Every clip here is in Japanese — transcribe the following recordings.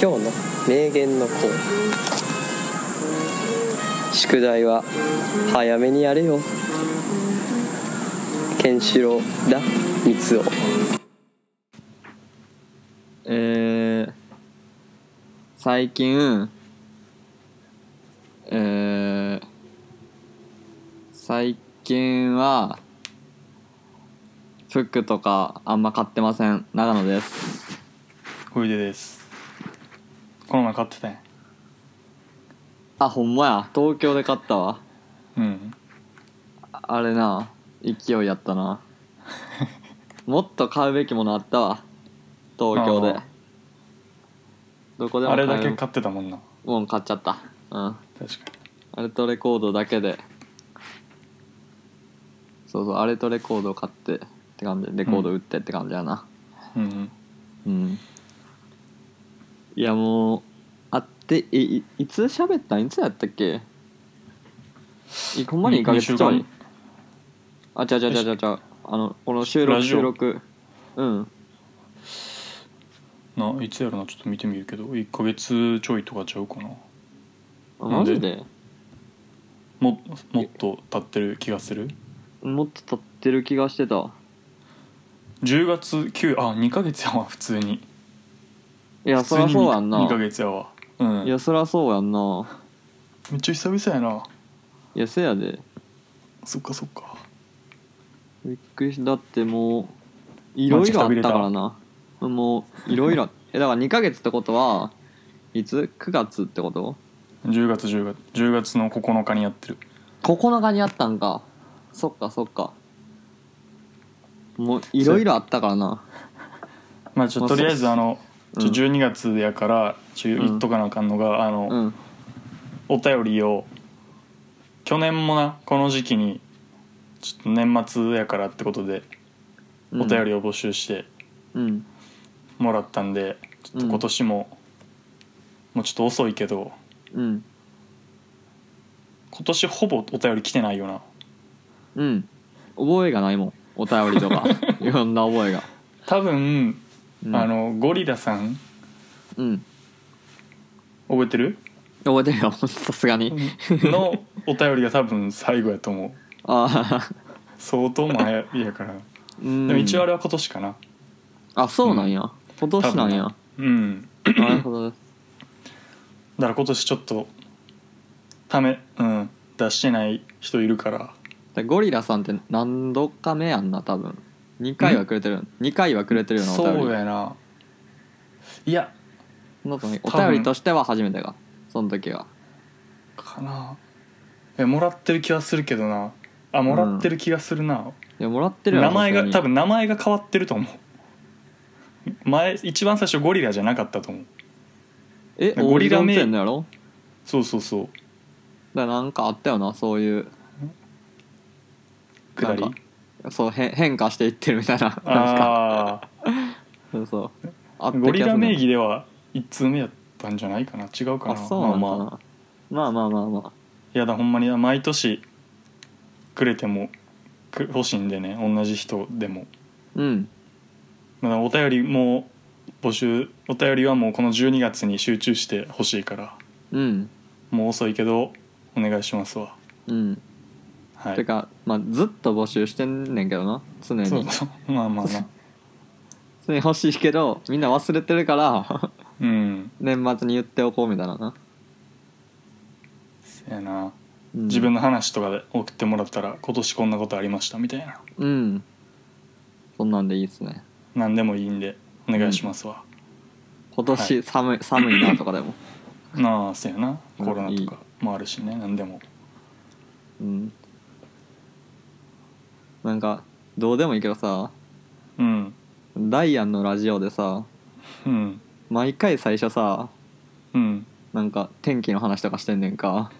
今日の名言のコーナー宿題は早めにやれよケンシロウだ三つをえー、最近、えー、最近は、フックとかあんま買ってません。長野です。おいでですこの前買ってたやんあ、ほんまや。東京で買ったわ。うんあれな、勢いやったな。もっと買うべきものあったわ。東京でああ。どこでもあれだ買けう買ってたもんなもん買っちゃった。うん。確かあれとレコードだけでそうそうあれとレコードを買ってって感じでレコード売ってって感じやなにうんうん、いやもうあってえいいつ喋ったんいつやったっけいほんまに1ヶ月ちょにいあちゃうちゃうちゃうちゃうちゃうあのこの収録ラジオ収録うんないつやろなちょっと見てみるけど1ヶ月ちょいとかちゃうかなあなマんでジでももっと経ってる気がするもっと経ってる気がしてた10月9あ2ヶ月やわ普通にいやそりゃそうやん2ヶな月やわうんいやそりゃそうやんなめっちゃ久々やないやせやでそっかそっかびっくりしただってもういろいろあったからなもういろい ろえだから2ヶ月ってことはいつ ?9 月ってこと10月10月10月の9日にやってる ?9 日にあったんかそっかそっかもういろいろあったからなまあちょまっとあとりあえずそうあのちょうん12月やからちょうん言っとかなあかんのがあの、うんお便りを去年もなこの時期にちょっと年末やからってことでお便りりを募集してうんもらったんで、ちょっと今年も、もうちょっと遅いけどうん今年ほぼお便り来てないよなうん覚えがないもんお便りと かいろんな覚えが、多分、うん、あのゴリラさんうん覚えてる覚えてるよさすがにのお便りが多分最後やと思うああ相当前やかうら、んでも一応あれは今年かなあそうなんや、今年なんやうんなるほどですだから今年ちょっとためうん出してない人いるからでゴリラさんって何度か目やんな多分2回はくれてる2回はくれてるようなおそ便うりやないやその時お多分便りとしては初めてがその時はかないやもらってる気はするけどなあもらってる気がするな、いやもらってるよな名前さすが多に分名前が変わってると思う前一番最初ゴリラじゃなかったと思うえゴゴリリララ名名やろそうそうそうだからなんかあったよなそういう下りなんかそうへ変化していってるみたいななんかああそうそうあった気がするなゴリラ名義では一通目やったんじゃないかな違うかなあそうなんかな、まあままああ、まあまあまあまいやだほんまに毎年くれてもく欲しいんでね同じ人でもあうんまだお便りも募集お便りはもうこの12月に集中してほしいからうんもう遅いけどお願いしますわうん、はいてか、まあ、ずっと募集してんねんけどな常にそうそうまあまあ な常に欲しいけどみんな忘れてるから うん年末に言っておこうみたいなな、せやなうん自分の話とかで送ってもらったら今年こんなことありましたみたいなうんそんなんでいいっすね何でもいいんでお願いしますわ、今年寒い、寒いなとかでもなあせやなコロナうんいといかもあるしね何でもうんなんかどうでもいいけどさうんダイアンのラジオでさうん毎回最初さうんなんか天気の話とかしてんねんか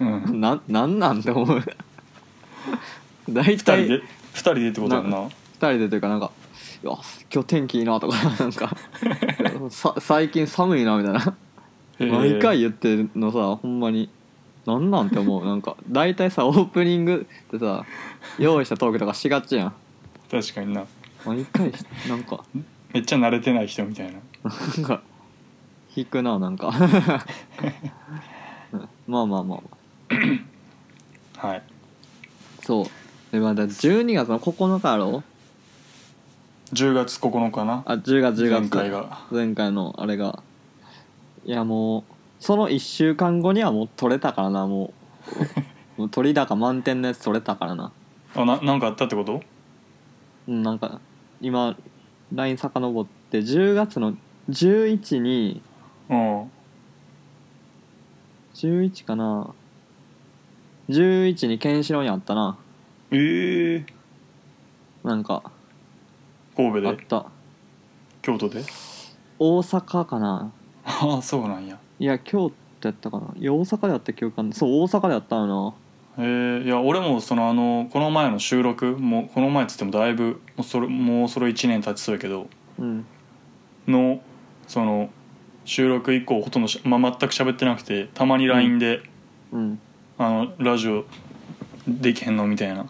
うんななんなんて思う大2人体で二人でってことやんな二人でというかなんか「いや今日天気いいな」とかなん かさ「最近寒いな」みたいなへえ毎回言ってるのさほんまになんなんて思うなんか大体さオープニングってさ用意したトークとかしがちやん確かにな毎回しなんかめっちゃ慣れてない人みたいななんか引くな なんかうんまあまあまあまあはいそうでまだ12月の9日やろ10月9日なあ10月10月前回が前回のあれがいやもうその1週間後にはもう取れたからなも うもう取り高満点のやつ取れたからなあななんかあったってことうんなんか今 LINE 遡って10月の11にうん11かな11にケンシロウにあったなええなんか神あ戸っでた京都で大阪かな ああそうなんやいや京都やったかないや大阪でやった記憶あるそう大阪でやったよなえー、いや俺もそのあのこの前の収録もうこの前っつってもだいぶもうそれもうそれ1年経ちそうやけどうんのその収録以降ほとんどし、まあ、全く喋ってなくてたまに LINE で、うんあのラジオできへんのみたいな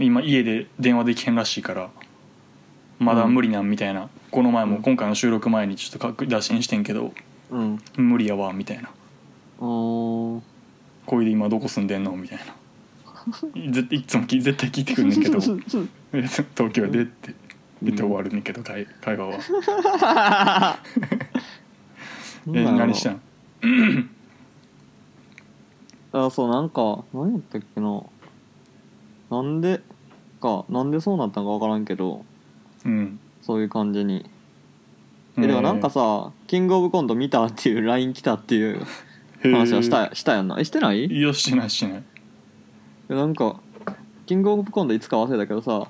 今家で電話できへんらしいからまだ無理なんみたいな、この前も今回の収録前にちょっと確打診してんけどうん無理やわみたいなあーこれで今どこ住んでんのみたいな 絶いつもき絶対聞いてくんねんけどえ東京でって言って終わるねんけど会 会話はえ何したんあそうなんか何やったっけななんでかなんでそうなったんか分からんけどうんそういう感じにえでもなんかさ「キングオブコント見た?」っていう LINE 来たっていうえー話はしたしたやんなえしてないいやしてないしてないえなんか「キングオブコント」いつか忘れたけどさ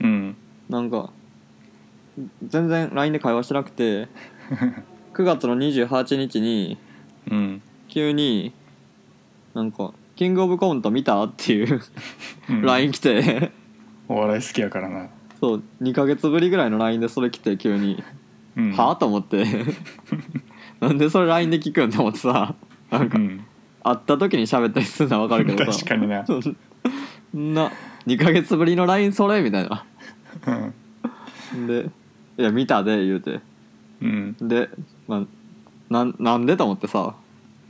うんなんか全然 LINE で会話してなく て9月の28日にうん、急になんか「キングオブコント見た?」っていううん LINE 来て お笑い好きやからな、そう2ヶ月ぶりぐらいの LINE でそれ来て急にうん、はあと思って なんでそれ LINE で聞くんと思ってさなんかうん会った時に喋ったりするのは分かるけどさ 確かになそんな2ヶ月ぶりの LINE それみたいなうんで「いや見たで」言うてうんで、まあ、なんなんでと思ってさ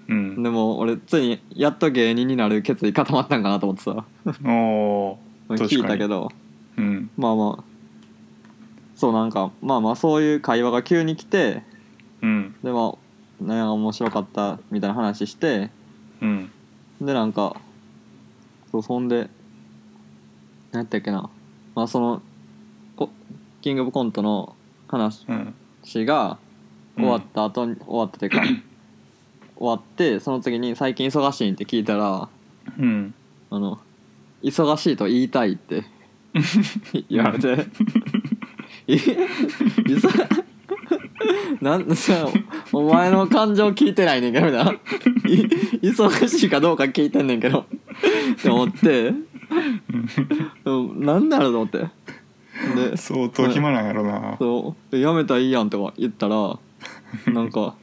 うんでも俺ついにやっと芸人になる決意固まったんかなと思ってさおー聞いたけど確かにうんまあまあそうなんかまあまあそういう会話が急に来てうんでまあなんや面白かったみたいな話してうんでなんかそうそんで何やったっけなまあそのこキングオブコントの話うんが終わった後に、終わったというか終わってその次に「最近忙しいん?」って聞いたらうん「あの忙しいと言いたい」って言われて「え忙なんさお前の感情聞いてないねんけどみたいない忙しいかどうか聞いてんねんけどって思ってうんなんだろうと思ってで相当暇なんやろなそうやめたらいいやんとか言った らなんか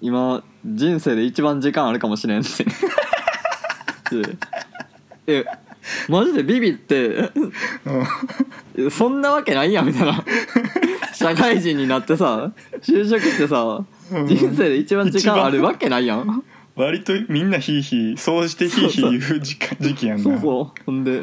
今人生で一番時間あるかもしれんって でえマジでビビってえそんなわけないやんみたいな社会人になってさ就職してさうん人生で一番時間あるわけないやん割とみんなヒーヒーそうしてヒーヒー言う時間時期やんなそうそうほんで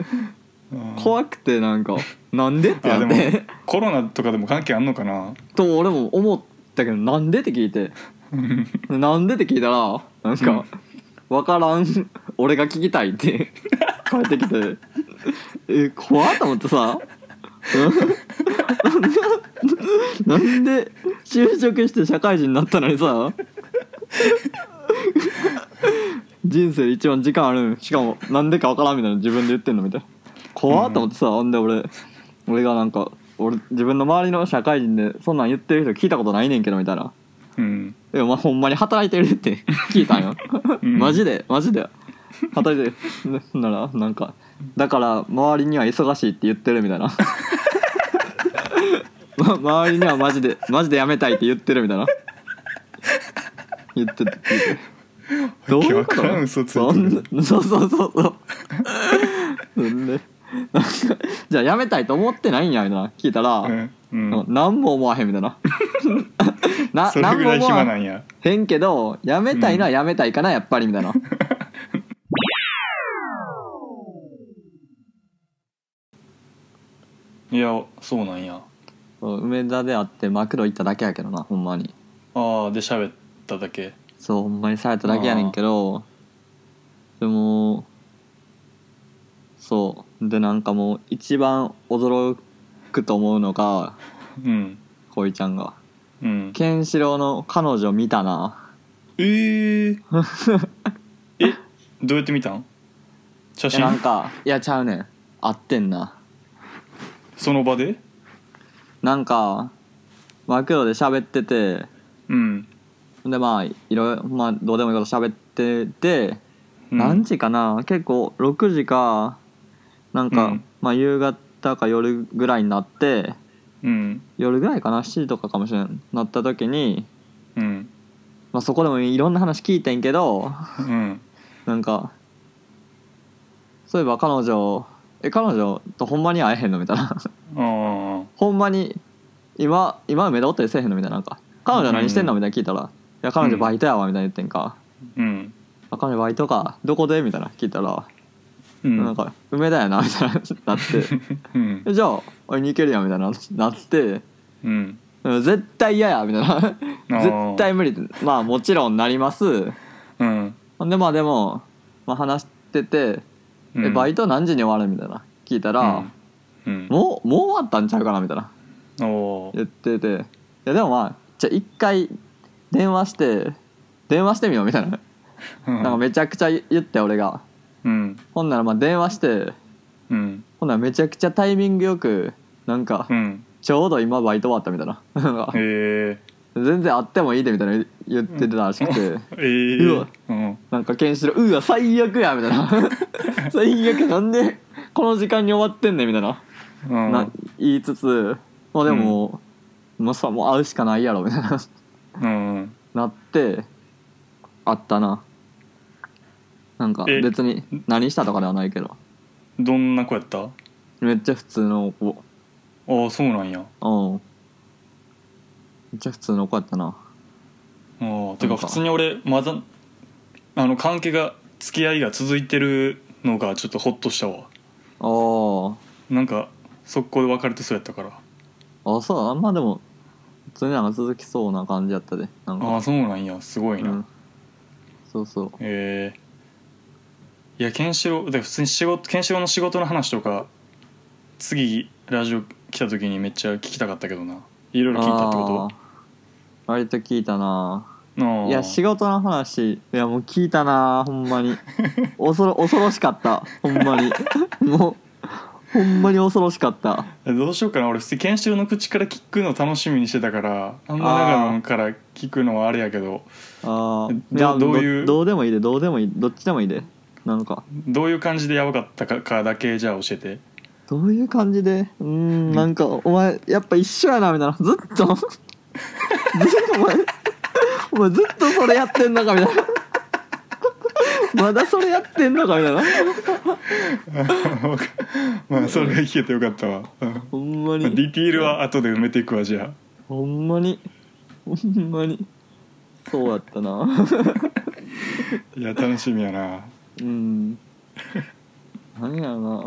うん怖くてなんかなんでってあなでっもてコロナとかでも関係あんのかなと俺も思ったけどなんでって聞いてうんで なんでって聞いたらなんか「わからん俺が聞きたい」って 返ってきてえ怖っと思ってさうん なんで就職して社会人になったのにさ人生で一番時間あるんしかもなんでかわからんみたいな自分で言ってんのみたいな怖っと思ってさほんで俺俺がなんか俺自分の周りの社会人でそんなん言ってる人聞いたことないねんけどみたいなうんでもまあほんまに働いてるって 聞いたんよ、んマジでマジで働いてるなならなんかだから周りには忙しいって言ってるみたいな ま周りにはマジでマジでやめたいって言ってるみたいな言って て言ってどういうことわけわからん嘘ついてるそんなそうそうそうそうんでなんかじゃあやめたいと思ってないんやみたいな聞いたら、うんうん なんか何も思わへんみたいななそれぐらいなんも思わ暇んなんやへんけどやめたいのはやめたいかな、やっぱりみたいな いやそうなんやそう梅田であってマクロ行っただけやけどなほんまにああで喋っただけそうほんまにされただけやねんけどでもそうでなんかもう一番驚くと思うのがうん恋ちゃんがうんケンシロウの彼女見たなえ ー、えどうやって見たん写いやなん真かいやちゃうねん合ってんなその場でなんかマクロで喋っててうんでまあいろいろまあどうでもいいこと喋ってて、うん何時かな結構6時かなんか、うんまあ夕方か夜ぐらいになってうん夜ぐらいかな7時とかかもしれんなった時に、うんまあ、そこでもいろんな話聞いてんけどうんなんかそういえば彼女え彼女とほんまに会えへんのみたいな あほんまに今今目立ったりせえへんのみたいななんか彼女何してんのみたいな聞いたら「いや彼女バイトやわ」みたいな言ってんかあうん「あ彼女バイトかどこで?」みたいな聞いたらうんなんか「梅だよな」みたいななってうんえじゃあ会いに行けるやんみたいななってうんうん絶対嫌やみたいな絶対無理ってまあもちろんなりますうんほんでまあでも、まあ、話してて、うんえ「バイト何時に終わる?」みたいな聞いたら、うんもうもう終わったんちゃうかなみたいなうんおー言ってていやでもまあじゃあ一回電話して電話してみようみたいなうんなんかめちゃくちゃ言って俺がうんほんならまあ電話してうんほんならめちゃくちゃタイミングよくなんかうんちょうど今バイト終わったみたいななんかへえ全然会ってもいいでみたいな言ってたらしくて、ええうわうんなんかケンシロウうわ最悪やみたいな最悪なんでこの時間に終わってんねんみたいな,、うんな言いつつまあでも、まあさもう会うしかないやろみたいなうんなってあったななんかえ別に何したとかではないけどどんな子やったあめっちゃ普通の子あそうなんやうんめっちゃ普通の子やったなああてなかんか普通に俺まだあの関係が付き合いが続いてるのがちょっとホッとしたわあーなんか速攻で別れてそうやったからあそうあんまでも普通になんか続きそうな感じやったでなんあかあそうなんやすごいな、うん、そうそうええいやケンシロウだから普通に仕事ケンシロウの仕事の話とか次ラジオ来た時にめっちゃ聞きたかったけどないろいろ聞いたってあこー割と聞いたなとああいや仕事の話いやもう聞いたなほんまに恐ろ恐ろしかったほんま にもうほんまに恐ろしかったどうしようかな俺普通にケンシロウの口から聞くの楽しみにしてたからあんま長野から聞くのはあれやけどあーどいやどういうどどうでもいいでどうでもいいどっちでもいいでなんかどういう感じでやばかったかかだけじゃあ教 えてどういう感じでうーんなんかお前やっぱ一緒やなみたいなずっと ずっとお前お前ずっとそれやってんのかみたいなまだそれやってんのかみたいなまあそれが聞けてよかったわうんほんまデにィティールは後で埋めていくわじゃほんまにほんまにそうやったなあいや楽しみやなうんなんやろな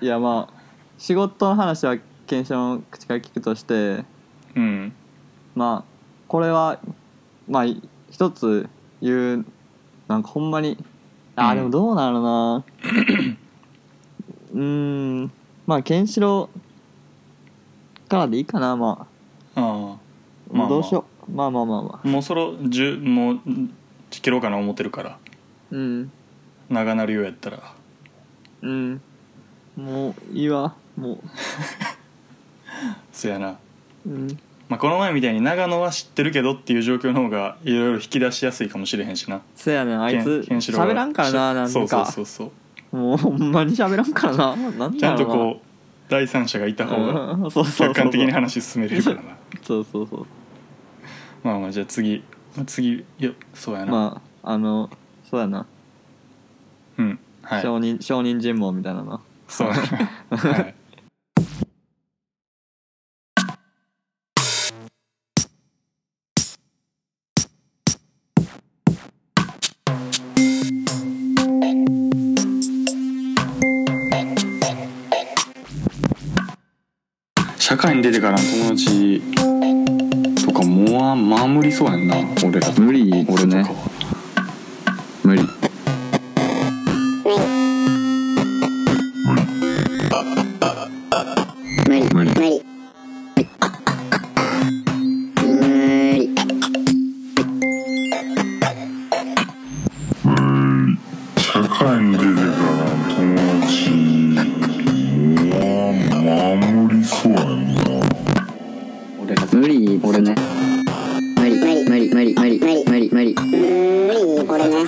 いやまあ仕事の話は検証の口から聞くとしてうんまあこれはまあい一つ言うなんかほんまにあーうんでもどうなる なうーんまあケンシロウからでいいかなまああ、まあまあどうしようまあまあまあまあもうそろ10もう切ろうかな思ってるからあうん長なるようやったらうんもういいわもそやな、ううんまあ、この前みたいに長野は知ってるけどっていう状況の方がいろいろ引き出しやすいかもしれへんしなそやねんあいつケンケンシロウが喋らんからななんそとうそかうそうそうもうほんまに喋らんからななんちゃんだとろうなこう第三者がいた方がうん そうそうそう客観的に話進めれるから なそうそうそうまあまあじゃあ次まあ次いやそうやな、まああのそうやなうんはい証人証人尋問みたいなのそうやな、はい出てからの友達とかもうあんまあ無理そうやんな俺ら無理っす俺とかねは無理無理無理無理無理社会に出てから友達は守りそうやんな俺ら無理俺ね無理無理無理無理無理無理無理無理無理これね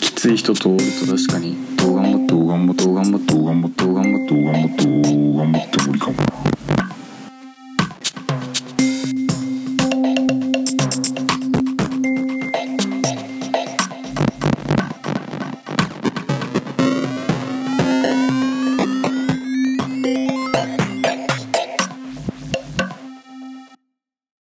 きつい人とおると確かにどう頑張ってどう頑張ってどう頑張ってどう頑張ってどう頑張ってどう頑張っても無理かもな